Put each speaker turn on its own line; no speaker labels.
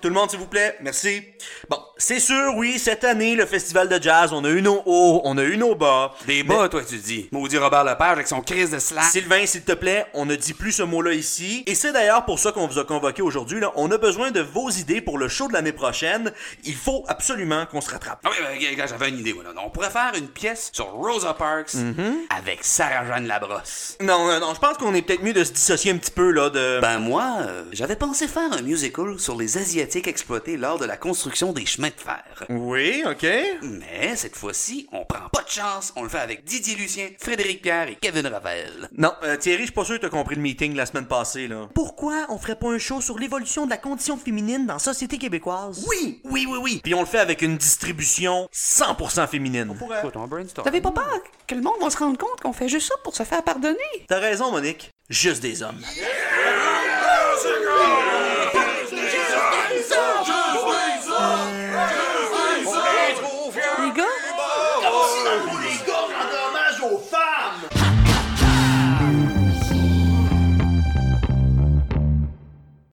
Tout le monde, s'il vous plaît. Merci. Bon, c'est sûr, oui, cette année, le festival de jazz, on a une au haut, on a une au bas.
Des bas, toi, tu dis. Maudit Robert Lepage avec son crise de slack.
Sylvain, s'il te plaît, on ne dit plus ce mot-là ici. Et c'est d'ailleurs pour ça qu'on vous a convoqué aujourd'hui. là. On a besoin de vos idées pour le show de l'année prochaine. Il faut absolument qu'on se rattrape.
Ah oui, ben, gars, gars, j'avais une idée. moi, là. On pourrait faire une pièce sur Rosa Parks avec Sarah-Jeanne Labrosse.
Non, non, non, je pense qu'on est peut-être mieux de se dissocier un petit peu, là, de...
Ben moi, euh, j'avais pensé faire un musical sur les Asiatiques exploités lors de la construction des chemins de fer.
Oui, ok.
Mais cette fois-ci, on prend pas de chance, on le fait avec Didier Lucien, Frédéric Pierre et Kevin Ravel.
Non, euh, Thierry, je suis pas sûr que t'as compris le meeting de la semaine passée, là. Pourquoi on ferait pas un show sur l'évolution de la condition féminine dans la société québécoise?
Oui, oui, oui, oui.
Puis on le fait avec une distribution 100% féminine.
Écoute, on brainstorm.
Vous avez pas peur que le monde va se rendre compte qu'on fait juste ça pour se faire pardonner?
T'as raison, Monique. Juste des hommes.